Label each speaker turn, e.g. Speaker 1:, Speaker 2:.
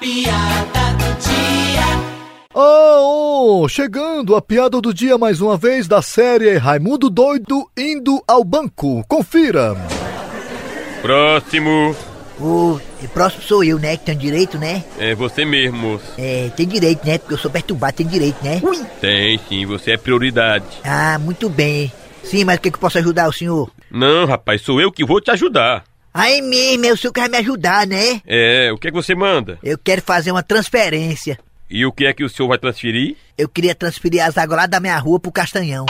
Speaker 1: piada do dia.
Speaker 2: Oh, oh, chegando a piada do dia mais uma vez da série Raimundo Doido indo ao banco. Confira.
Speaker 3: Próximo.
Speaker 4: O e próximo sou eu, né? Que tenho direito, né?
Speaker 3: É você mesmo, moço.
Speaker 4: É, tem direito, né? Porque eu sou perturbado, tem direito, né? Ui!
Speaker 3: Tem sim, você é prioridade.
Speaker 4: Ah, muito bem. Sim, mas o que, que eu posso ajudar o senhor?
Speaker 3: Não, rapaz, sou eu que vou te ajudar.
Speaker 4: Aí mesmo, é o senhor que vai me ajudar, né?
Speaker 3: É, o que é que você manda?
Speaker 4: Eu quero fazer uma transferência.
Speaker 3: E o que é que o senhor vai transferir?
Speaker 4: Eu queria transferir as águas lá da minha rua pro Castanhão.